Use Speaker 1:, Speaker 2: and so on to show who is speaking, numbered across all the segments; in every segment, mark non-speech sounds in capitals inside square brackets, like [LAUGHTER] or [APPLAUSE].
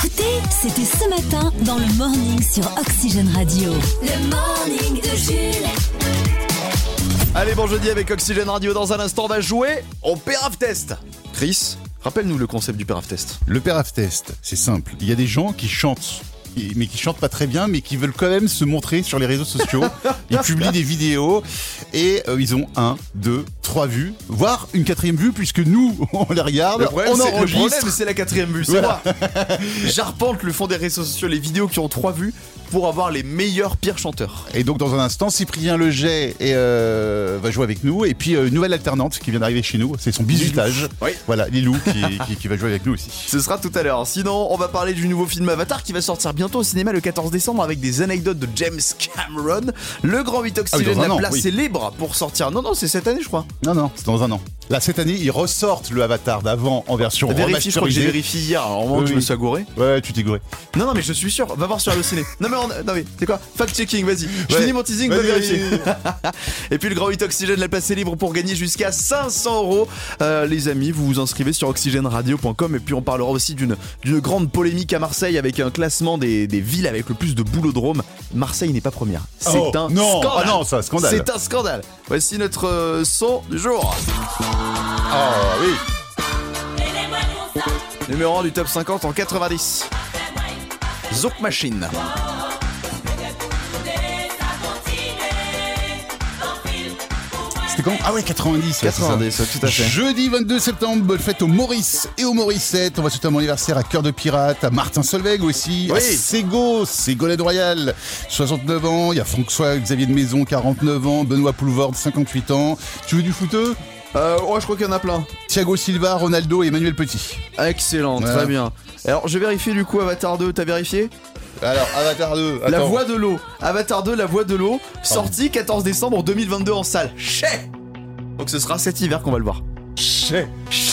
Speaker 1: C'était ce matin dans le morning sur Oxygène Radio. Le morning de Jules.
Speaker 2: Allez, bon jeudi avec Oxygène Radio. Dans un instant, on va jouer au Pérave Test. Chris, rappelle-nous le concept du Pérave Test.
Speaker 3: Le Peraf Test, c'est simple. Il y a des gens qui chantent, et- mais qui chantent pas très bien, mais qui veulent quand même se montrer sur les
Speaker 2: [LAUGHS]
Speaker 3: réseaux sociaux. Ils publient des vidéos et euh, ils ont un, deux, trois vues, voire une quatrième vue, puisque nous, [LAUGHS] on les
Speaker 2: Ah bah,
Speaker 3: regarde, on
Speaker 2: c'est- le
Speaker 3: enregistre.
Speaker 2: problème, c'est la quatrième vue, c'est moi. [LAUGHS] J'arpente le fond des réseaux sociaux, les vidéos qui ont trois vues pour avoir les meilleurs pires chanteurs.
Speaker 3: Et donc dans un instant, Cyprien Leget et, euh, va jouer avec nous. Et puis euh, une nouvelle alternante qui vient d'arriver chez nous, c'est son bisutage.
Speaker 2: Oui.
Speaker 3: Voilà, Lilou
Speaker 2: [LAUGHS]
Speaker 3: qui, qui- qui va jouer avec nous aussi.
Speaker 2: Ce sera tout à l'heure. Sinon, on va parler du nouveau film Avatar qui va sortir bientôt au cinéma le 14 décembre avec des anecdotes de James Cameron. Le Grand 8
Speaker 3: Ah oui,
Speaker 2: Oxygène,
Speaker 3: dans un
Speaker 2: la
Speaker 3: an,
Speaker 2: place
Speaker 3: oui.
Speaker 2: est libre pour sortir. Non, non, c'est cette année, je crois.
Speaker 3: Non, non, c'est dans un an. Là, cette année, ils ressortent le avatar d'avant en version
Speaker 2: Vérifie, je crois que j'ai
Speaker 3: remasterisée.
Speaker 2: vérifié hier. Alors, au moment où
Speaker 3: Oui,
Speaker 2: je me
Speaker 3: oui.
Speaker 2: suis gouré.
Speaker 3: Ouais, tu t'es gouré.
Speaker 2: Non, non, mais je suis sûr. Va voir sur Allociné. non, mais on- non, mais c'est quoi Fact-checking, vas-y. Je
Speaker 3: Ouais.
Speaker 2: finis mon teasing, va
Speaker 3: Vas-y,
Speaker 2: vérifier.
Speaker 3: vas-y,
Speaker 2: Et puis le Grand 8 Oxygène, la place est libre pour gagner jusqu'à 500 euros. Euh, les amis, vous vous inscrivez sur oxygèneradio.com et puis on parlera aussi d'une d'une grande polémique à Marseille avec un classement des, des villes avec le plus de boulodromes. Marseille n'est pas première. C'est
Speaker 3: Oh,
Speaker 2: un
Speaker 3: non.
Speaker 2: scandale.
Speaker 3: Ah non, ça, scandale.
Speaker 2: C'est un scandale. Voici notre euh, son du jour.
Speaker 3: Ah oui.
Speaker 2: Numéro 1 du top 50 en 90. Zouk Machine.
Speaker 3: C'était quand Ah ouais, 90. ouais, c'est ça.
Speaker 2: 90, ouais, tout à fait.
Speaker 3: Jeudi 22 septembre, bonne fête aux Maurice et aux Mauricette. On va souhaiter mon anniversaire à Cœur de Pirate, à Martin Solveig aussi,
Speaker 2: Oui.
Speaker 3: à Sego, Ségolène Royal, 69 ans. Il y a François Xavier de Maison, 49 ans, Benoît Poulvord, 58 ans. Tu veux du footeux
Speaker 2: Euh, ouais, je crois qu'il y en a plein.
Speaker 3: Thiago Silva, Ronaldo et Emmanuel Petit.
Speaker 2: Excellent,
Speaker 3: Ouais.
Speaker 2: très bien. Alors, je vérifie du coup Avatar 2, t'as vérifié
Speaker 3: Alors, Avatar 2,
Speaker 2: La
Speaker 3: attends.
Speaker 2: voix de l'eau. Avatar 2, la voix de l'eau, sorti 14 décembre 2022 en salle. Chez Donc ce sera cet hiver qu'on va le voir.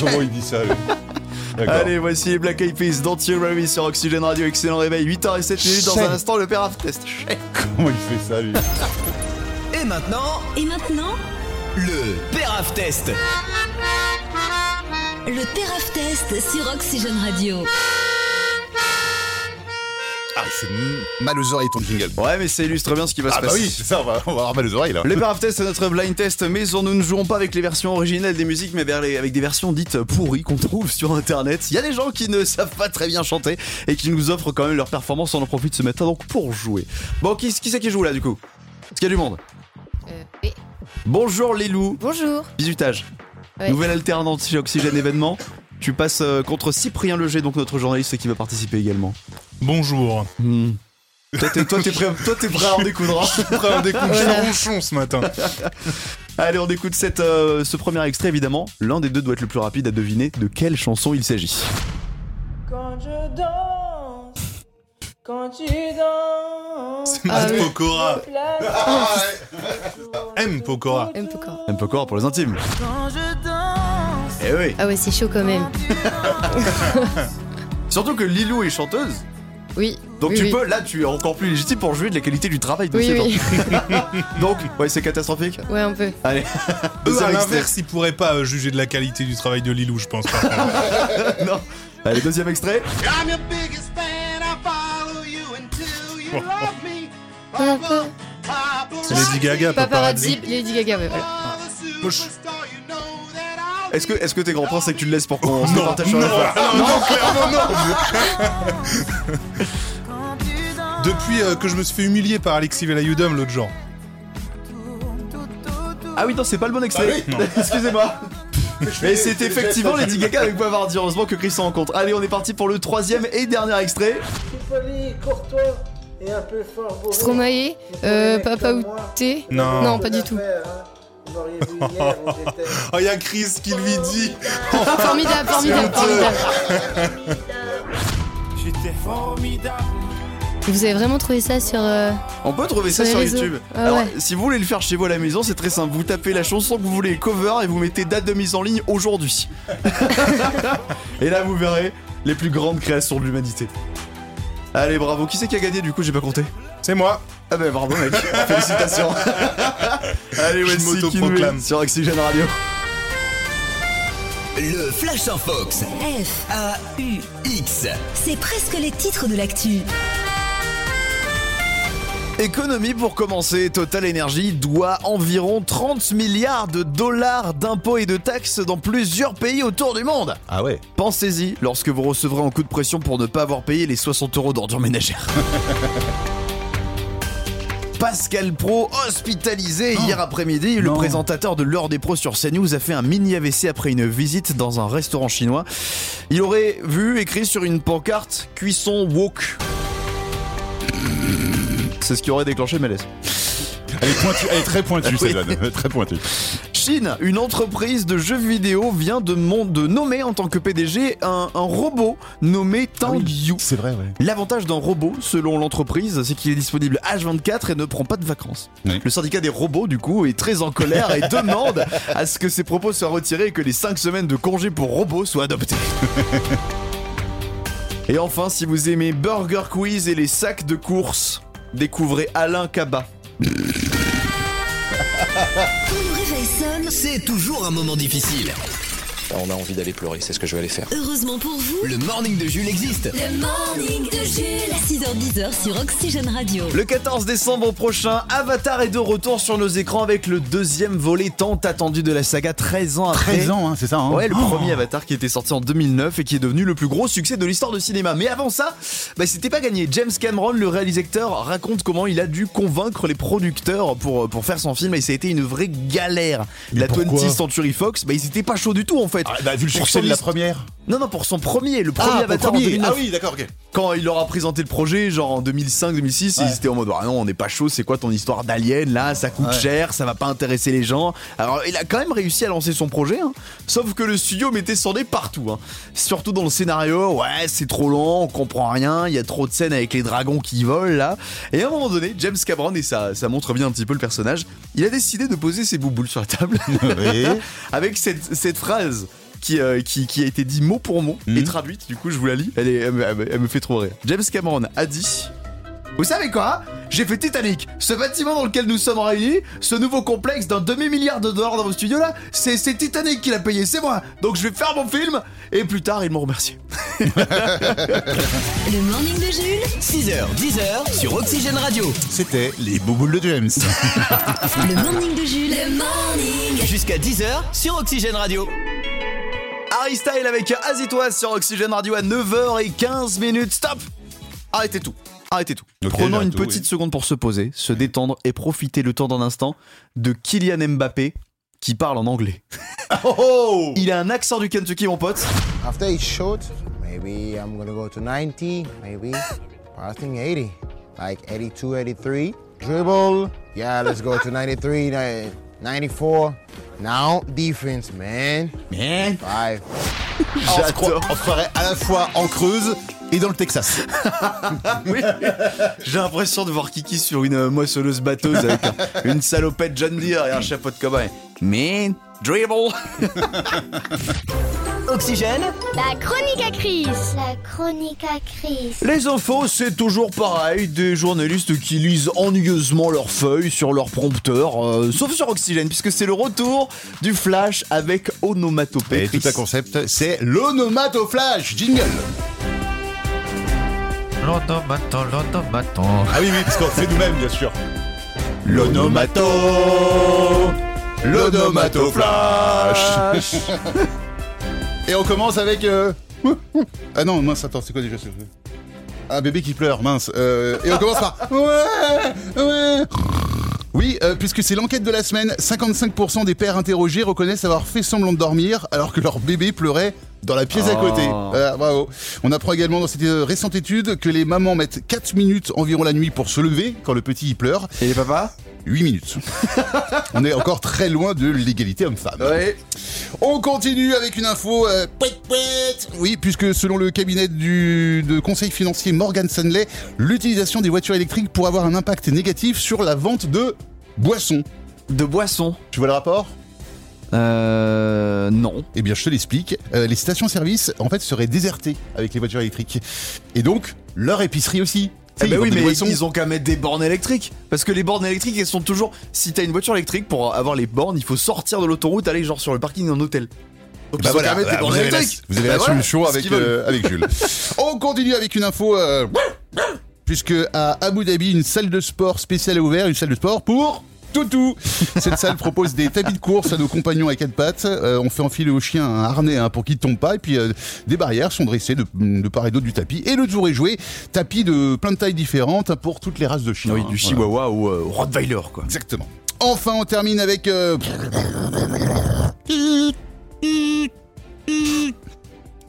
Speaker 3: Comment il dit ça
Speaker 2: [LAUGHS]
Speaker 3: lui D'accord.
Speaker 2: Allez, voici les Black Eyed Peas, Don't You Worry sur Oxygène Radio, excellent réveil, 8h07 minutes, dans
Speaker 3: Chez.
Speaker 2: un instant le Péraf Test. Chez.
Speaker 3: Comment il fait ça lui
Speaker 4: Et maintenant,
Speaker 1: Et maintenant,
Speaker 4: le Pérave Test.
Speaker 1: le Teraf Test sur Oxygène Radio.
Speaker 3: Ah, il fait mal aux oreilles ton jingle.
Speaker 2: Ouais, mais ça illustre bien ce qui va se
Speaker 3: Ah bah
Speaker 2: passer.
Speaker 3: oui, c'est ça, on va, on va avoir mal aux oreilles là.
Speaker 2: Le Pérave Test, c'est notre blind test, mais on- nous ne jouons pas avec les versions originales des musiques, mais vers les- avec des versions dites pourries qu'on trouve sur internet. Il y a des gens qui ne savent pas très bien chanter et qui nous offrent quand même leur performance. On en profite ce matin donc pour jouer. Bon, qui, qui c'est qui joue là du coup Est-ce qu'il y a du monde
Speaker 5: Euh, oui.
Speaker 2: Bonjour les loups,
Speaker 5: Bonjour.
Speaker 2: 18 âge.
Speaker 5: Ouais.
Speaker 2: Nouvelle alternante chez Oxygène Événement. Tu passes euh, contre Cyprien Leger, donc notre journaliste qui va participer également.
Speaker 6: Bonjour.
Speaker 2: Hmm. Toi, t'es toi, t'es prêt, toi, t'es prêt à en découdre. hein
Speaker 6: Après, on découvre ronchon ce matin.
Speaker 2: Allez, on écoute cette, euh, ce premier extrait évidemment. L'un des deux doit être le plus rapide à deviner de quelle chanson il s'agit.
Speaker 7: Quand je danse, quand tu danses,
Speaker 6: Mad Pokora. M.
Speaker 7: M
Speaker 6: Pokora.
Speaker 5: M. Pokora.
Speaker 2: Un peu corps pour les intimes.
Speaker 7: Quand je danse,
Speaker 2: Eh oui.
Speaker 5: Ah ouais, c'est chaud quand même.
Speaker 2: Surtout que Lilou est chanteuse.
Speaker 5: Oui.
Speaker 2: Donc
Speaker 5: oui,
Speaker 2: tu
Speaker 5: oui.
Speaker 2: peux, là, tu es encore plus légitime pour jouer de la qualité du travail de
Speaker 5: Oui,
Speaker 2: ces
Speaker 5: oui.
Speaker 2: gens. Donc, ouais, c'est catastrophique.
Speaker 5: [LAUGHS] Ouais, un peu.
Speaker 6: Eux,
Speaker 2: Deuxième
Speaker 6: à
Speaker 2: extrait.
Speaker 6: Bah, l'inverse, ils pourraient pas euh, juger de la qualité du travail de Lilou, je pense. par [GASPS] contre.
Speaker 2: Non. Allez, deuxième extrait.
Speaker 5: Papa-
Speaker 6: Lady Gaga,
Speaker 5: Paparazzi,
Speaker 6: paparazzi.
Speaker 5: Lady Gaga, ouais, voilà.
Speaker 6: Poche.
Speaker 2: Est-ce que, est-ce que t'es grand prince et que tu le laisses pour qu'on se partage sur la fin
Speaker 7: quand tu danses,
Speaker 6: Depuis euh, que je me suis fait humilier par Alexis Velayudum l'autre jour.
Speaker 7: tout, tout, tout.
Speaker 2: Ah oui, non, c'est pas le bon extrait.
Speaker 6: Ah oui, non.
Speaker 2: [LAUGHS] Excusez-moi. Mais c'est effectivement Lady Gaga avec Bavardi. Heureusement que Chris s'en rencontre. Allez, on est parti pour le troisième et dernier extrait.
Speaker 8: Je suis poli, courtois et un peu fort bourré.
Speaker 5: Stromae, euh, Papa Outé.
Speaker 6: Non.
Speaker 5: Non, pas du
Speaker 2: [LAUGHS]
Speaker 5: tout.
Speaker 8: hein. Vous m'auriez vu hier où j'étais.
Speaker 6: Oh, y a Chris qui lui dit.
Speaker 5: Formidable, formidable, formidable. Vous avez vraiment trouvé ça sur. euh,
Speaker 2: On peut trouver ça
Speaker 5: Sur
Speaker 2: sur
Speaker 5: les réseaux.
Speaker 2: YouTube.
Speaker 5: Ah
Speaker 2: Alors,
Speaker 5: ouais.
Speaker 2: si vous voulez le faire chez vous à la maison, c'est très simple. Vous tapez la chanson que vous voulez, cover, et vous mettez date de mise en ligne
Speaker 6: [LAUGHS]
Speaker 2: aujourd'hui. et là, vous verrez les plus grandes créations de l'humanité. Allez, bravo. Qui c'est qui a gagné du coup J'ai pas compté.
Speaker 6: C'est moi.
Speaker 2: Ah bah bravo
Speaker 6: [LAUGHS]
Speaker 2: mec, félicitations. Allez,
Speaker 6: Je
Speaker 2: voici Kinway
Speaker 6: m'autoproclame.
Speaker 2: sur Oxygène Radio.
Speaker 4: Le Flash en Fox.
Speaker 1: F,
Speaker 4: A-U-X.
Speaker 1: c'est presque les titres de l'actu.
Speaker 2: Économie pour commencer, Total Energy doit environ 30 milliards de dollars d'impôts et de taxes dans plusieurs pays autour du monde.
Speaker 3: Ah ouais
Speaker 2: Pensez-y lorsque vous recevrez un coup de pression pour ne pas avoir payé les 60 euros d'ordure ménagère. [LAUGHS] Pascal Pro hospitalisé hier après-midi, le
Speaker 3: Oh. Non.
Speaker 2: présentateur de l'heure des pros sur CNews a fait un mini AVC après une visite dans un restaurant chinois. Il aurait vu écrit sur une pancarte cuisson wok. C'est ce qui aurait déclenché le malaise.
Speaker 3: Elle est pointue, elle est très pointue
Speaker 2: Oui.
Speaker 3: cette vanne, très pointue.
Speaker 2: Chine, une entreprise de jeux vidéo vient de, mon- de nommer en tant que PDG un, un robot nommé Tang Yu.
Speaker 3: C'est vrai, ouais.
Speaker 2: L'avantage d'un robot, selon l'entreprise, c'est qu'il est disponible H24 et ne prend pas de vacances.
Speaker 3: Oui.
Speaker 2: Le syndicat des robots, du coup, est très en colère et demande à ce que ces propos soient retirés et que les 5 semaines de congé pour robots soient adoptées. et enfin, si vous aimez Burger Quiz et les sacs de course, découvrez Alain Cabat.
Speaker 1: Quand le réveil sonne,
Speaker 4: C'est toujours un moment difficile.
Speaker 9: Ah, On a envie d'aller pleurer, c'est ce que je vais aller faire.
Speaker 1: heureusement pour vous,
Speaker 4: Le morning de Jules existe.
Speaker 1: le morning de Jules. 6h10 sur Oxygène Radio.
Speaker 2: Le 14 décembre prochain, Avatar est de retour sur nos écrans avec le deuxième volet tant attendu de la saga 13 ans après.
Speaker 3: 13 ans, hein, c'est ça hein
Speaker 2: Ouais, le
Speaker 3: Oh.
Speaker 2: premier Avatar qui était sorti en 2009 et qui est devenu le plus gros succès de l'histoire de cinéma. Mais avant ça, bah, c'était pas gagné. James Cameron, le réalisateur, raconte comment il a dû convaincre les producteurs pour, euh, pour faire son film et ça a été une vraie galère. la
Speaker 3: pourquoi
Speaker 2: 20th Century Fox, bah, ils étaient pas chauds du tout en fait.
Speaker 3: Ah, bah, vu le
Speaker 2: Pour
Speaker 3: succès
Speaker 2: son
Speaker 3: de la
Speaker 2: liste-
Speaker 3: première.
Speaker 2: Non, non, pour son premier, le premier
Speaker 3: pour le
Speaker 2: Avatar en
Speaker 3: premier.
Speaker 2: 2009
Speaker 3: ah oui, d'accord, ok.
Speaker 2: quand il leur a présenté le projet, genre en 2005-2006, ils
Speaker 3: Ouais.
Speaker 2: étaient en mode ah non, on n'est pas chaud, c'est quoi ton histoire d'alien là Ça coûte
Speaker 3: Ouais.
Speaker 2: cher, ça va pas intéresser les gens. Alors il a quand même réussi à lancer son projet, hein. sauf que le studio mettait son nez partout. hein. Surtout dans le scénario, ouais, c'est trop lent, on comprend rien, il y a trop de scènes avec les dragons qui volent là. Et à un moment donné, James Cameron, et ça, ça montre bien un petit peu le personnage, il a décidé de poser ses bouboules sur la table
Speaker 3: Oui.
Speaker 2: avec cette, cette phrase qui, euh, qui, qui a été dit mot pour mot
Speaker 3: Mhm.
Speaker 2: et traduite, du coup je vous la lis, elle, est- elle me- elle me- elle me fait trop rire. James Cameron a dit... Vous savez quoi J'ai fait Titanic. Ce bâtiment dans lequel nous sommes réunis, ce nouveau complexe d'un demi-milliard de dollars dans vos studios là, c'est c'est Titanic qui l'a payé, c'est moi. Donc je vais faire mon film et plus tard ils m'ont remercié.
Speaker 1: Le morning de Jules,
Speaker 4: 6h, 10h sur Oxygène Radio.
Speaker 3: C'était les bouboules
Speaker 2: [LAUGHS]
Speaker 3: de James.
Speaker 2: Ah,
Speaker 1: le morning de Jules, le morning.
Speaker 4: Jusqu'à 10h sur Oxygène Radio.
Speaker 2: Harry Style avec Azitoise sur Oxygène Radio à 9h15 minutes. Stop Arrêtez tout. Arrêtez tout.
Speaker 3: Ok,
Speaker 2: Prenons
Speaker 3: j'arrête
Speaker 2: une
Speaker 3: tout,
Speaker 2: petite
Speaker 3: oui.
Speaker 2: seconde pour se poser, se détendre et profiter le temps d'un instant de Kylian Mbappé qui parle en [LAUGHS] anglais. Oh, Il a un accent du Kentucky, mon pote.
Speaker 10: After each shot, maybe I'm gonna go to 90, maybe passing 80, like 82, 83. Dribble, yeah, let's go to 93, ni- 94. Now defense, man.
Speaker 3: Man.
Speaker 2: Oh,
Speaker 10: Five.
Speaker 3: On se croit- on se croirait à la fois en Creuse et dans le Texas.
Speaker 2: Oui. [LAUGHS] J'ai l'impression de voir Kiki sur une euh, moissonneuse batteuse avec un- une salopette John Deere et un chapeau de cobaye. Man, dribble.
Speaker 4: Oxygène,
Speaker 11: La chronique à Chris. La chronique à Chris.
Speaker 2: Les infos, c'est toujours pareil, des journalistes qui lisent ennuyeusement leurs feuilles sur leur prompteur, euh, sauf sur Oxygène, puisque c'est le retour du flash avec onomatopée.
Speaker 3: Et tout un concept, c'est l'onomatoflash jingle. Ah oui, oui, parce qu'on le fait nous-mêmes, bien sûr. L'onomato, l'onomatoflash. [LAUGHS] Et on commence avec. euh, [LAUGHS] Ah non, mince, attends, c'est quoi déjà ce Un bébé qui pleure, mince. Euh, et on commence par. [LAUGHS] Ouais, ouais. Oui, euh, puisque c'est l'enquête de la semaine, 55% des pères interrogés reconnaissent avoir fait semblant de dormir alors que leur bébé pleurait dans la pièce à côté.
Speaker 2: Oh.
Speaker 3: Voilà, bravo. On apprend également dans cette euh, récente étude que les mamans mettent 4 minutes environ la nuit pour se lever quand le petit y pleure.
Speaker 2: Et les papas
Speaker 3: 8 [LAUGHS] minutes. On est encore très loin de l'égalité homme-femme.
Speaker 2: Ouais.
Speaker 3: On continue avec une info euh, pouet, pouet. Oui, puisque selon le cabinet du de conseil financier Morgan Stanley, l'utilisation des voitures électriques pourrait avoir un impact négatif sur la vente de boissons.
Speaker 2: De boissons
Speaker 3: Tu vois le rapport
Speaker 2: Euh. Non.
Speaker 3: Eh bien, je te l'explique. Euh, les stations-service, en fait, seraient désertées avec les voitures électriques. Et donc, leur épicerie aussi. Tu sais,
Speaker 2: Eh ben
Speaker 3: ils vendent
Speaker 2: oui,
Speaker 3: des
Speaker 2: mais
Speaker 3: boissons.
Speaker 2: ils ont qu'à mettre des bornes électriques. Parce que les bornes électriques, elles sont toujours. Si t'as une voiture électrique, pour avoir les bornes, il faut sortir de l'autoroute, aller genre sur le parking d'un hôtel. Donc, ils
Speaker 3: Bah
Speaker 2: ont
Speaker 3: voilà,
Speaker 2: qu'à mettre
Speaker 3: bah,
Speaker 2: des
Speaker 3: vous
Speaker 2: bordels
Speaker 3: avez la,
Speaker 2: de trucs.
Speaker 3: vous avez
Speaker 2: Bah
Speaker 3: la
Speaker 2: voilà,
Speaker 3: solution
Speaker 2: ce
Speaker 3: avec,
Speaker 2: qu'ils veulent.
Speaker 3: euh,
Speaker 2: [LAUGHS]
Speaker 3: avec Jules. On continue avec une info. euh, puisque à Abu Dhabi, une salle de sport spéciale est ouverte, une salle de sport pour. Toutou Cette salle propose des tapis de course à nos compagnons à quatre pattes. Euh, on fait enfiler au chien un harnais hein, pour qu'il tombe pas. Et puis euh, des barrières sont dressées de, de part et d'autre du tapis. Et le tour est joué. Tapis de plein de tailles différentes hein, pour toutes les races de chiens.
Speaker 2: Ah Oui,
Speaker 3: hein,
Speaker 2: du
Speaker 3: voilà.
Speaker 2: Chihuahua au euh, Rottweiler, quoi.
Speaker 3: Exactement. Enfin, on termine avec. euh,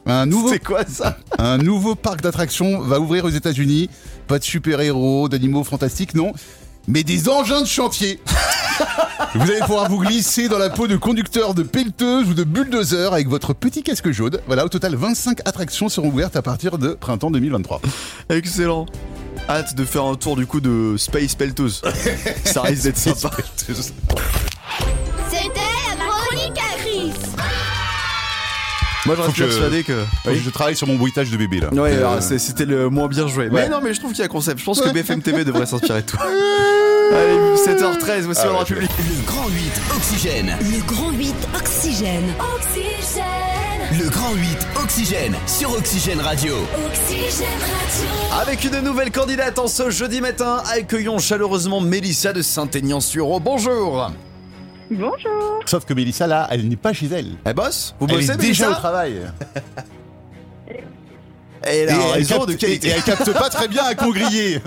Speaker 3: Un nouveau,
Speaker 2: C'est quoi ça
Speaker 3: un nouveau parc d'attractions va ouvrir aux États-Unis. Pas de super-héros, d'animaux fantastiques, non. Mais des engins de [LAUGHS] chantier. vous allez pouvoir vous glisser dans la peau de conducteur de pelleteuse ou de bulldozer avec votre petit casque jaune. Voilà, au total, 25 attractions seront ouvertes à partir de printemps 2023.
Speaker 2: Excellent. Hâte de faire un tour du coup de Space
Speaker 3: [LAUGHS]
Speaker 2: Peltos. ça risque d'être sympa.
Speaker 11: C'était la chronique à Chris.
Speaker 2: Moi, je
Speaker 3: Faut
Speaker 2: reste
Speaker 3: que-
Speaker 2: persuadé que.
Speaker 3: Faut que Je travaille sur mon bruitage de bébé là.
Speaker 2: Ouais,
Speaker 3: Euh,
Speaker 2: alors, c'est- c'était le moins bien joué. Mais
Speaker 3: ouais.
Speaker 2: non, mais je trouve qu'il y a concept. Je pense que BFM TV devrait s'inspirer
Speaker 3: [LAUGHS]
Speaker 2: de toi. Allez, 7h13, voici
Speaker 3: Ah
Speaker 2: l'heure
Speaker 3: ouais,
Speaker 2: public.
Speaker 4: Le Grand 8 Oxygène.
Speaker 1: Le grand 8 Oxygène.
Speaker 4: Oxygène. Le Grand 8 Oxygène sur Oxygène Radio.
Speaker 1: Oxygène Radio.
Speaker 2: Avec une nouvelle candidate en ce jeudi matin, accueillons chaleureusement Mélissa de Saint-Aignan-sur-Eau. Bonjour
Speaker 12: Bonjour.
Speaker 3: Sauf que Mélissa là, elle n'est pas chez elle.
Speaker 2: Elle bosse Eh, Vous
Speaker 3: Elle
Speaker 2: bossez
Speaker 3: est déjà au
Speaker 2: Mélissa
Speaker 3: travail.
Speaker 2: Elle a un réseau
Speaker 3: capte-
Speaker 2: de
Speaker 3: et
Speaker 2: qualité.
Speaker 3: elle capte pas très bien à [LAUGHS] congriller.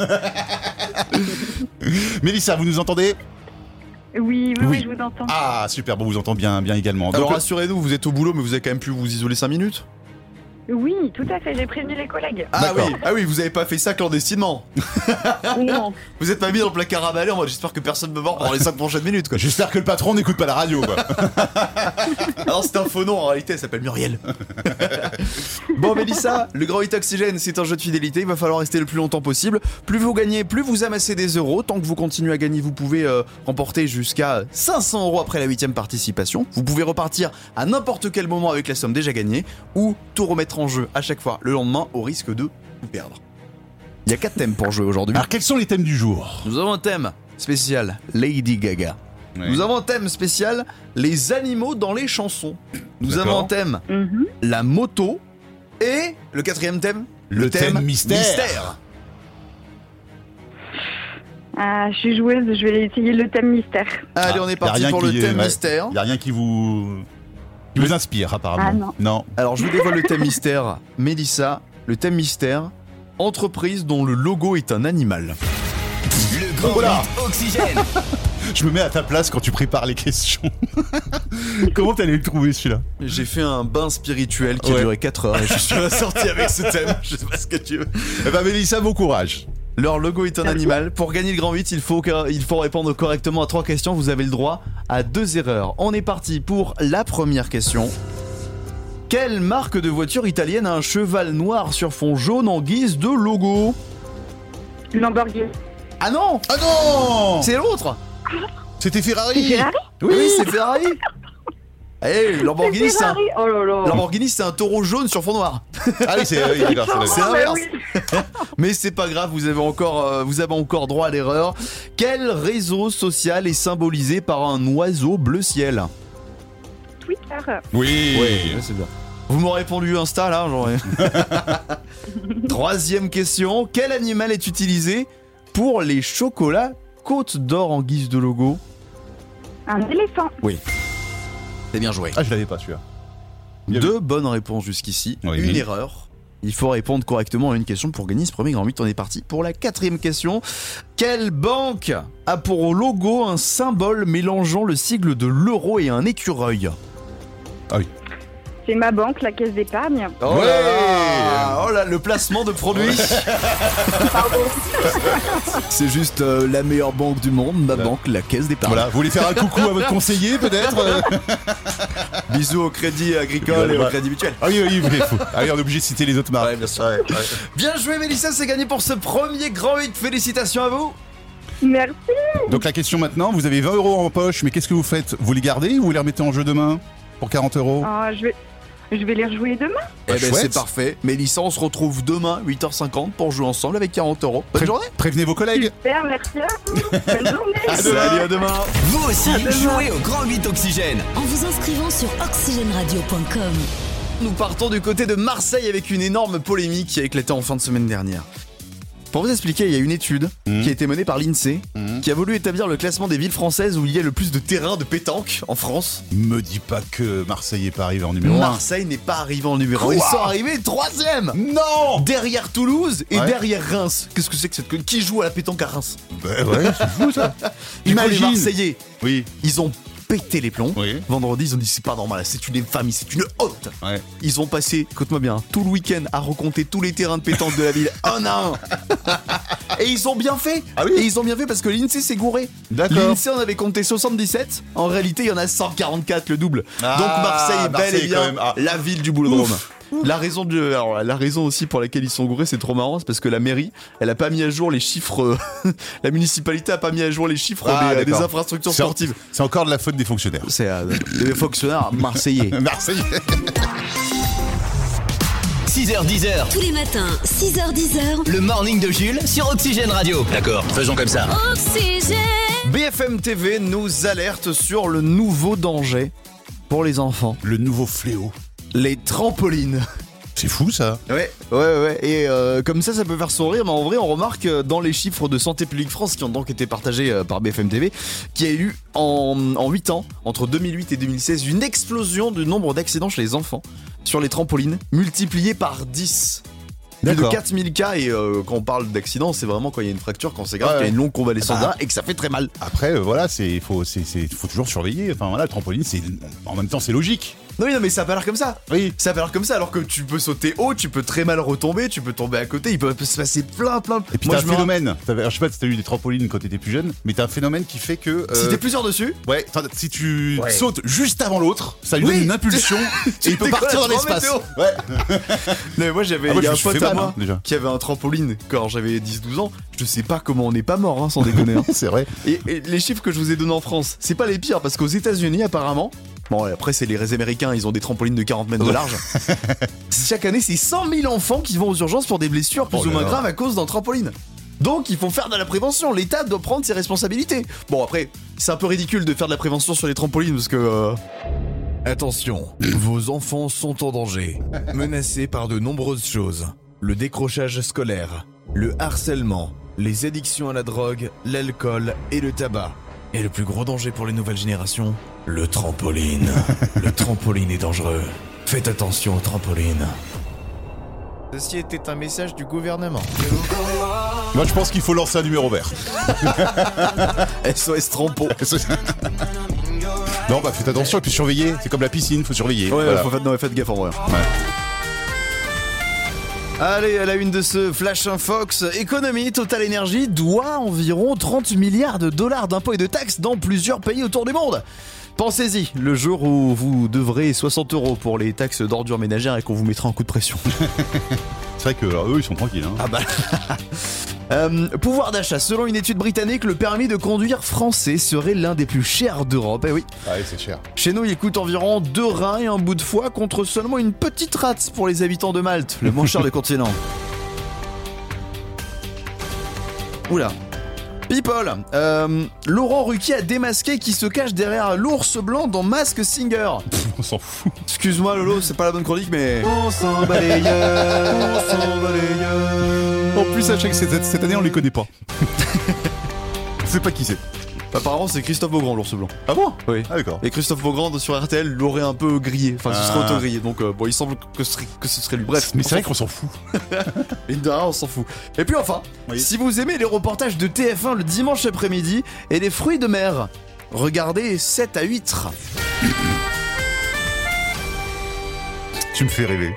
Speaker 3: Mélissa, vous nous entendez
Speaker 12: Oui, oui, oui,
Speaker 3: Oui.
Speaker 12: je vous entends.
Speaker 3: Ah, super, bon, on vous entend bien, bien également.
Speaker 2: Alors
Speaker 3: Donc,
Speaker 2: rassurez-nous, vous êtes au boulot, mais vous avez quand même pu vous isoler 5 minutes
Speaker 12: Oui, tout à fait, j'ai prévenu les collègues.
Speaker 2: [LAUGHS] Ah
Speaker 3: D'accord.
Speaker 2: oui, ah oui, vous avez pas fait ça clandestinement.
Speaker 12: Non.
Speaker 2: Vous êtes pas mis dans le placard à balai en mode j'espère que personne me mord pendant les 5 prochaines minutes quoi.
Speaker 3: euh, J'espère que le patron n'écoute pas la radio. quoi.
Speaker 2: Alors c'est un faux nom en réalité, elle s'appelle Muriel. bon Mélissa, le grand hit oxygène, c'est un jeu de fidélité, il va falloir rester le plus longtemps possible. Plus vous gagnez, plus vous amassez des euros. Tant que vous continuez à gagner, vous pouvez euh, remporter jusqu'à 500 euros après la huitième participation. Vous pouvez repartir à n'importe quel moment avec la somme déjà gagnée ou tout remettre en jeu à chaque fois le lendemain au risque de vous perdre. Il y a 4 thèmes pour jouer aujourd'hui.
Speaker 3: [LAUGHS] Alors, quels sont les thèmes du jour
Speaker 2: Nous avons un thème spécial Lady Gaga. Nous avons un thème spécial les animaux dans les chansons. Nous
Speaker 3: D'accord.
Speaker 2: avons un thème
Speaker 12: Mhm.
Speaker 2: la moto et le quatrième thème
Speaker 3: Le thème mystère.
Speaker 12: Ah, je suis joueuse, je vais essayer le thème mystère.
Speaker 3: Ah,
Speaker 2: Allez, on est parti pour le thème mystère.
Speaker 3: Il n'y a rien qui vous. qui vous inspire, apparemment.
Speaker 12: Ah, non.
Speaker 2: Alors je vous dévoile le thème mystère. Mélissa, le thème mystère entreprise dont le logo est un animal.
Speaker 4: Le Grand
Speaker 3: Voilà.
Speaker 4: 8 Oxygène.
Speaker 3: Oh Je me mets à ta place quand tu prépares les questions. [LAUGHS] Comment t'allais le trouver celui-là
Speaker 2: J'ai fait un bain spirituel qui
Speaker 3: Ouais.
Speaker 2: a duré 4 heures et je
Speaker 3: [LAUGHS]
Speaker 2: suis sorti avec ce thème. Je sais pas ce que tu veux.
Speaker 3: Eh ben, Mélissa, bon courage.
Speaker 2: Leur logo est un
Speaker 12: Ah,
Speaker 2: animal. Pour gagner le grand 8, il faut, que- il faut répondre correctement à trois questions. Vous avez le droit à deux erreurs. On est parti pour la première question. Quelle marque de voiture italienne a un cheval noir sur fond jaune en guise de logo
Speaker 12: Lamborghini.
Speaker 2: Ah non
Speaker 3: Ah non
Speaker 2: C'est l'autre
Speaker 3: C'était
Speaker 12: C'est
Speaker 3: Ferrari
Speaker 12: Ferrari
Speaker 2: Oui, c'est Ferrari Eh, Lamborghini,
Speaker 12: C'est
Speaker 2: c'est un...
Speaker 12: Ferrari Oh là là.
Speaker 2: Lamborghini, c'est un taureau jaune sur fond noir.
Speaker 3: Ah oui, c'est oui, d'accord, c'est
Speaker 2: C'est
Speaker 3: d'accord.
Speaker 12: Ah, mais
Speaker 2: l'inverse.
Speaker 12: oui.
Speaker 2: [LAUGHS] Mais c'est pas grave, vous avez encore, euh, vous avez encore droit à l'erreur. Quel réseau social est symbolisé par un oiseau bleu ciel
Speaker 12: Twitter.
Speaker 3: Oui,
Speaker 2: Ouais, c'est bien. Vous m'aurez répondu Insta là,
Speaker 12: [LAUGHS]
Speaker 2: j'aurais. Troisième question quel animal est utilisé pour les chocolats Côte d'Or en guise de logo
Speaker 12: Un éléphant.
Speaker 4: C'est bien joué.
Speaker 3: Ah, je l'avais pas celui-là. Bien
Speaker 2: Deux bonnes réponses jusqu'ici,
Speaker 3: Oui.
Speaker 2: une erreur. Il faut répondre correctement à une question pour gagner ce premier grand 8. On est parti pour la quatrième question. Quelle banque a pour logo un symbole mélangeant le sigle de l'euro et un écureuil
Speaker 12: C'est ma banque, la caisse d'épargne.
Speaker 2: Oh
Speaker 3: Ouais.
Speaker 2: là là Oh là, le placement de produits [LAUGHS] C'est juste euh, la meilleure banque du monde, ma banque, la caisse d'épargne.
Speaker 3: Voilà, vous voulez faire un coucou à votre
Speaker 2: [LAUGHS]
Speaker 3: conseiller peut-être euh
Speaker 2: Bisous au crédit agricole et au
Speaker 3: Ouais.
Speaker 2: crédit mutuel.
Speaker 3: Ah oui, oui, oui, faut- Ah oui, on est obligé de citer les autres marques.
Speaker 2: bien sûr. Bien joué Mélissa, c'est gagné pour ce premier grand 8. Félicitations à vous
Speaker 12: Merci.
Speaker 3: Donc la question maintenant, vous avez 20 euros en poche, mais qu'est-ce que vous faites Vous les gardez ou vous les remettez en jeu demain pour 40 euros
Speaker 12: Ah, je vais... Je vais les rejouer demain.
Speaker 2: Eh
Speaker 4: Ah,
Speaker 2: ben, c'est parfait. Mélissa, on se retrouve demain, 8h50, pour jouer ensemble avec 40 euros. Bonne journée
Speaker 3: Prévenez vos collègues
Speaker 12: Super, merci à vous. Bonne
Speaker 2: [LAUGHS]
Speaker 12: journée.
Speaker 2: Salut, à demain
Speaker 4: Vous aussi,
Speaker 1: À demain.
Speaker 4: jouez au Grand 8 Oxygène
Speaker 1: En vous inscrivant sur oxygèneradio.com.
Speaker 2: Nous partons du côté de Marseille avec une énorme polémique qui a éclaté en fin de semaine dernière. Pour vous expliquer, il y a une étude
Speaker 4: Hmm.
Speaker 2: qui a été menée par l'INSEE qui a voulu établir le classement des villes françaises où il y a le plus de terrains de pétanque en France.
Speaker 3: Me dis pas que Marseille est pas arrivé en numéro 1.
Speaker 2: Marseille n'est pas arrivé en numéro 1.
Speaker 3: Quoi
Speaker 2: Ils sont arrivés troisième
Speaker 3: Non
Speaker 2: Derrière Toulouse et
Speaker 3: Ouais.
Speaker 2: derrière Reims. Qu'est-ce que c'est que cette conne Qui joue à la pétanque à Reims
Speaker 3: Bah ouais, c'est fou ça
Speaker 2: Du coup, les
Speaker 3: Imagine.
Speaker 2: Marseillais,
Speaker 3: [LAUGHS] Oui.
Speaker 2: ils ont pété les plombs.
Speaker 3: Oui.
Speaker 2: Vendredi, ils ont dit c'est pas normal, c'est une infamie, c'est une honte.
Speaker 3: Ouais.
Speaker 2: Ils ont passé, écoute-moi bien, tout le week-end à recompter tous les terrains de pétanque de la
Speaker 3: [LAUGHS]
Speaker 2: ville, un à un. Et ils ont bien fait.
Speaker 3: Ah oui
Speaker 2: Et ils ont bien fait parce que l'INSEE s'est gouré.
Speaker 3: D'accord.
Speaker 2: L'INSEE en avait compté 77. En réalité, il y en a 144, le double.
Speaker 3: Ah,
Speaker 2: Donc Marseille est bel
Speaker 3: Marseille,
Speaker 2: et
Speaker 3: quand
Speaker 2: bien
Speaker 3: même. Ah.
Speaker 2: la ville du boulodrome.
Speaker 3: Ouf.
Speaker 2: La raison, de, alors, la raison aussi pour laquelle ils sont gourés, c'est trop marrant, c'est parce que la mairie, elle a pas mis à jour les chiffres. euh, [LAUGHS] la municipalité a pas mis à jour les chiffres
Speaker 3: Ah,
Speaker 2: des, des
Speaker 3: d'accord.
Speaker 2: infrastructures
Speaker 3: C'est en-
Speaker 2: sportives.
Speaker 3: C'est encore de la faute des fonctionnaires. [LAUGHS]
Speaker 2: C'est euh, les fonctionnaires marseillais.
Speaker 3: Marseille
Speaker 4: 6h-10h,
Speaker 1: Tous les matins, 6h10h.
Speaker 4: le morning de Jules sur Oxygène Radio. D'accord, faisons comme ça.
Speaker 1: Oxygène.
Speaker 2: BFM TV nous alerte sur le nouveau danger pour les enfants,
Speaker 3: Le nouveau fléau.
Speaker 2: les trampolines.
Speaker 3: C'est fou ça
Speaker 2: Ouais, ouais, ouais. Et euh, comme ça, ça peut faire sourire, mais en vrai, on remarque euh, dans les chiffres de Santé publique France, qui ont donc été partagés euh, par BFM TV, qu'il y a eu en, en 8 ans, entre 2008 et 2016, une explosion du nombre d'accidents chez les enfants sur les trampolines, multiplié par 10. Plus de
Speaker 3: D'accord.
Speaker 2: 4000 cas, et euh, quand on parle d'accident, c'est vraiment quand il y a une fracture, quand c'est grave,
Speaker 3: Ouais,
Speaker 2: qu'il y a
Speaker 3: ouais.
Speaker 2: une longue convalescence
Speaker 3: Ah bah.
Speaker 2: derrière et que ça fait très mal.
Speaker 3: Après, euh, voilà, c'est faut, c'est- c'est- faut toujours surveiller. Enfin voilà, le trampoline, c'est en même temps, c'est logique.
Speaker 2: Non, mais non, mais ça a pas l'air comme ça.
Speaker 3: Oui.
Speaker 2: Ça a pas l'air comme ça, alors que tu peux sauter haut, tu peux très mal retomber, tu peux tomber à côté, il peut se passer plein, plein.
Speaker 3: Et puis
Speaker 2: Moi,
Speaker 3: t'as
Speaker 2: je me
Speaker 3: un
Speaker 2: rappelle-
Speaker 3: phénomène. T'avais- alors, Je sais pas si t'as eu des trampolines quand t'étais plus jeune, mais t'as un phénomène qui fait que. euh,
Speaker 2: Si t'es plusieurs dessus,
Speaker 3: Ouais, enfin, si tu
Speaker 2: Ouais.
Speaker 3: sautes juste avant l'autre, ça lui
Speaker 2: Oui.
Speaker 3: donne
Speaker 2: [LAUGHS]
Speaker 3: une impulsion
Speaker 2: Tu
Speaker 3: et il peut
Speaker 2: décolles
Speaker 3: partir
Speaker 2: à
Speaker 3: dans
Speaker 2: trois
Speaker 3: l'espace.
Speaker 2: mètres
Speaker 3: Ouais.
Speaker 2: Non, mais moi j'avais
Speaker 3: Ah, moi,
Speaker 2: il y a un
Speaker 3: je me suis
Speaker 2: pote
Speaker 3: fait
Speaker 2: à
Speaker 3: mal,
Speaker 2: moi
Speaker 3: hein, déjà.
Speaker 2: qui avait un trampoline quand j'avais 10-12 ans. Je sais pas comment on n'est pas mort, [LAUGHS] hein, sans déconner. hein.
Speaker 3: c'est vrai.
Speaker 2: et, et les chiffres que je vous ai donnés en France, c'est pas les pires parce qu'aux États-Unis apparemment. Bon, ouais, après, c'est les Américains, ils ont des trampolines de 40 mètres de
Speaker 3: Ouais. [LAUGHS]
Speaker 2: large. Chaque année, c'est 100 000 enfants qui vont aux urgences pour des blessures plus
Speaker 3: Oh
Speaker 2: ou
Speaker 3: là
Speaker 2: moins
Speaker 3: là.
Speaker 2: graves à cause d'un trampoline. Donc, il faut faire de la prévention. L'État doit prendre ses responsabilités. Bon, après, c'est un peu ridicule de faire de la prévention sur les trampolines parce que. euh,
Speaker 13: Attention, vos enfants sont en danger, menacés par de nombreuses choses. Le décrochage scolaire, le harcèlement, les addictions à la drogue, l'alcool et le tabac. Et le plus gros danger pour les nouvelles générations, le trampoline. Le trampoline est dangereux. Faites attention au trampoline. Ceci était un message du gouvernement.
Speaker 3: Moi, je pense qu'il faut lancer un numéro vert.
Speaker 2: SOS Trampo.
Speaker 3: non, bah faites attention et puis surveillez. C'est comme la piscine, faut surveiller.
Speaker 2: Ouais,
Speaker 3: Voilà.
Speaker 2: faut faire, non, faites gaffe en vrai. hein. Allez, à la une de ce Flash Infox, économie, Total Energy doit environ 30 milliards de dollars d'impôts et de taxes dans plusieurs pays autour du monde. Pensez-y, le jour où vous devrez 60 euros pour les taxes d'ordures ménagères et qu'on vous mettra un coup de pression.
Speaker 3: C'est vrai que alors, eux, ils sont tranquilles.
Speaker 2: Ah
Speaker 3: hein.
Speaker 2: bah. Euh, pouvoir d'achat, selon une étude britannique, le permis de conduire français serait l'un des plus chers d'Europe. Eh oui,
Speaker 3: Ah, ouais, c'est cher.
Speaker 2: Chez nous, il coûte environ deux reins et un bout de foie contre seulement une petite rate pour les habitants de Malte, le moins cher du continent. Oula. People, euh, Laurent Ruquier a démasqué qui se cache derrière l'ours blanc dans Mask Singer.
Speaker 3: On s'en fout.
Speaker 2: Excuse-moi Lolo, c'est pas la bonne chronique mais... On s'en
Speaker 3: En plus, sachez que cette, cette année, on
Speaker 2: [LAUGHS]
Speaker 3: les connaît pas. Je sais pas qui c'est.
Speaker 2: Apparemment c'est Christophe Beaugrand l'ours blanc.
Speaker 3: Ah bon
Speaker 2: Oui.
Speaker 3: Ah, d'accord.
Speaker 2: Et Christophe Beaugrand sur RTL l'aurait un peu grillé, enfin ce serait
Speaker 3: Ah.
Speaker 2: auto-grillé, donc euh, bon il semble que ce serait, que ce serait lui. Bref,
Speaker 3: Mais c'est vrai qu'on s'en fout.
Speaker 2: Et de rien, on s'en fout. Et puis enfin,
Speaker 3: Oui.
Speaker 2: si vous aimez les reportages de TF1 le dimanche après-midi et les fruits de mer, regardez 7 à 8.
Speaker 3: Tu me fais rêver.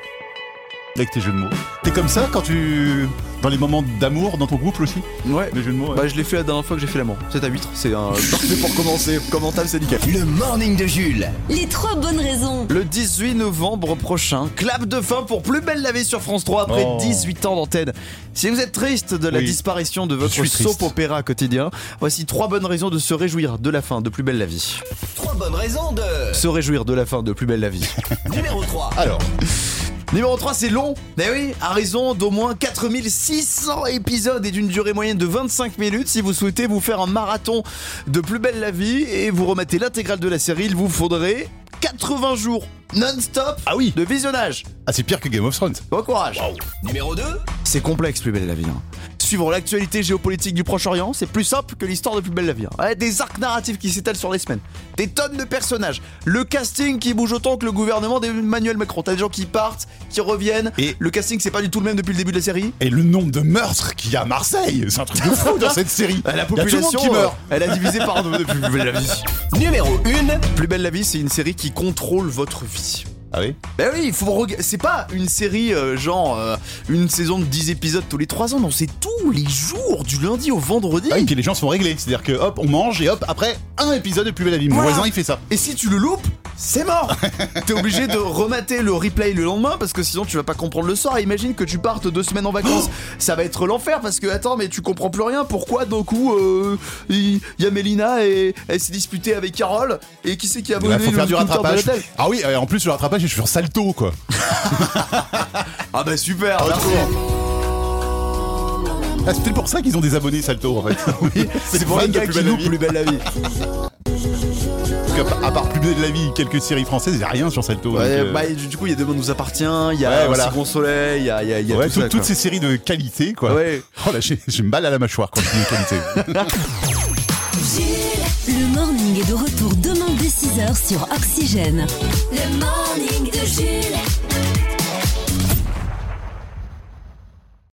Speaker 3: Avec tes jeux de mots. T'es comme ça quand tu. Dans les moments d'amour dans ton couple aussi
Speaker 2: Ouais.
Speaker 3: Les jeux de mots ouais.
Speaker 2: Bah je l'ai fait la dernière fois que j'ai fait l'amour. 7 à 8, c'est
Speaker 3: [LAUGHS]
Speaker 2: un parfait pour commencer. Commentable, c'est nickel.
Speaker 4: Le morning de Jules.
Speaker 1: Les trois bonnes raisons.
Speaker 2: Le 18 novembre prochain, clap de fin pour Plus Belle la vie sur France 3 après
Speaker 3: Oh.
Speaker 2: 18 ans d'antenne. Si vous êtes triste de la
Speaker 3: Oui.
Speaker 2: disparition de votre
Speaker 3: suis
Speaker 2: soap
Speaker 3: triste.
Speaker 2: opéra quotidien, voici trois bonnes raisons de se réjouir de la fin de Plus Belle la vie.
Speaker 4: Trois trois bonnes raisons de.
Speaker 2: Se réjouir de la fin de Plus belle la
Speaker 3: [LAUGHS]
Speaker 2: vie.
Speaker 4: Numéro 3.
Speaker 2: Alors. Numéro 3, c'est long. Mais oui, à raison d'au moins 4600 épisodes et d'une durée moyenne de 25 minutes. Si vous souhaitez vous faire un marathon de Plus Belle la Vie et vous remettez l'intégrale de la série, il vous faudrait 80 jours non-stop ah oui. de visionnage.
Speaker 3: Ah, c'est pire que Game of Thrones.
Speaker 2: Bon courage.
Speaker 4: Numéro 2.
Speaker 2: C'est complexe, Plus Belle la Vie. hein. Suivant l'actualité géopolitique du Proche-Orient, c'est plus simple que l'histoire de Plus Belle la Vie. hein. Ouais, des arcs narratifs qui s'étalent sur les semaines, des tonnes de personnages, le casting qui bouge autant que le gouvernement d'Emmanuel Macron. T'as des gens qui partent, qui reviennent. Et le casting, c'est pas du tout le même depuis le début de la série.
Speaker 3: Et le nombre de meurtres qu'il y a à Marseille, c'est un truc de fou
Speaker 2: [LAUGHS]
Speaker 3: dans cette série.
Speaker 2: La
Speaker 3: Il y a tout le
Speaker 2: population
Speaker 3: monde qui
Speaker 2: euh,
Speaker 3: meurt.
Speaker 2: Elle a divisé par deux depuis Plus belle la vie.
Speaker 4: Numéro 1.
Speaker 2: [LAUGHS] Plus belle la vie, c'est une série qui contrôle votre vie.
Speaker 3: Ah oui
Speaker 2: Ben oui, il faut rega- c'est pas une série euh, genre euh, une saison de 10 épisodes tous les 3 ans, non, c'est tous les jours du lundi au vendredi.
Speaker 3: Ah oui, puis les gens sont réglés. C'est-à-dire que hop, on mange et hop, après un épisode de Plus belle la vie. Mon
Speaker 2: Voilà.
Speaker 3: voisin, il fait ça.
Speaker 2: Et si tu le loupes, c'est
Speaker 3: [LAUGHS]
Speaker 2: mort. T'es obligé de remater le replay le lendemain parce que sinon tu vas pas comprendre le sort. Et Imagine que tu partes deux semaines en
Speaker 3: [GASPS]
Speaker 2: vacances, ça va être l'enfer parce que attends, mais tu comprends plus rien. Pourquoi d'un coup euh, il y, a Mélina et elle s'est disputée avec Carole et qui c'est qui a
Speaker 3: Il
Speaker 2: volé
Speaker 3: Bah, faut
Speaker 2: le
Speaker 3: faire du
Speaker 2: scooter de
Speaker 3: rattrapage. [LAUGHS]
Speaker 2: l'hôtel
Speaker 3: Ah oui, euh, en plus, le rattrapage, je suis sur Salto, quoi.
Speaker 2: Ah bah super. merci.
Speaker 3: Ah, c'est peut-être pour ça qu'ils ont des abonnés, Salto, en fait.
Speaker 2: [LAUGHS]
Speaker 3: oui,
Speaker 2: C'est pour les gars qui loupent plus belle la vie.
Speaker 3: Parce qu'à- à part Plus belle la vie, quelques séries françaises, il n'y a rien sur Salto.
Speaker 2: Ouais,
Speaker 3: donc, euh,
Speaker 2: bah, du du coup, il y a Demain nous appartient, il y a
Speaker 3: Ouais,
Speaker 2: Un
Speaker 3: voilà.
Speaker 2: Si Bon Soleil, il y a, il y a- il y a
Speaker 3: ouais,
Speaker 2: tout
Speaker 3: tout-
Speaker 2: ça,
Speaker 3: toutes
Speaker 2: quoi.
Speaker 3: ces séries de qualité, quoi.
Speaker 2: Ouais.
Speaker 3: Oh là, j'ai j'ai mal à la mâchoire quand je dis qualité.
Speaker 1: Le morning est de retour demain dès 6h sur Oxygène. Le morning de Jules.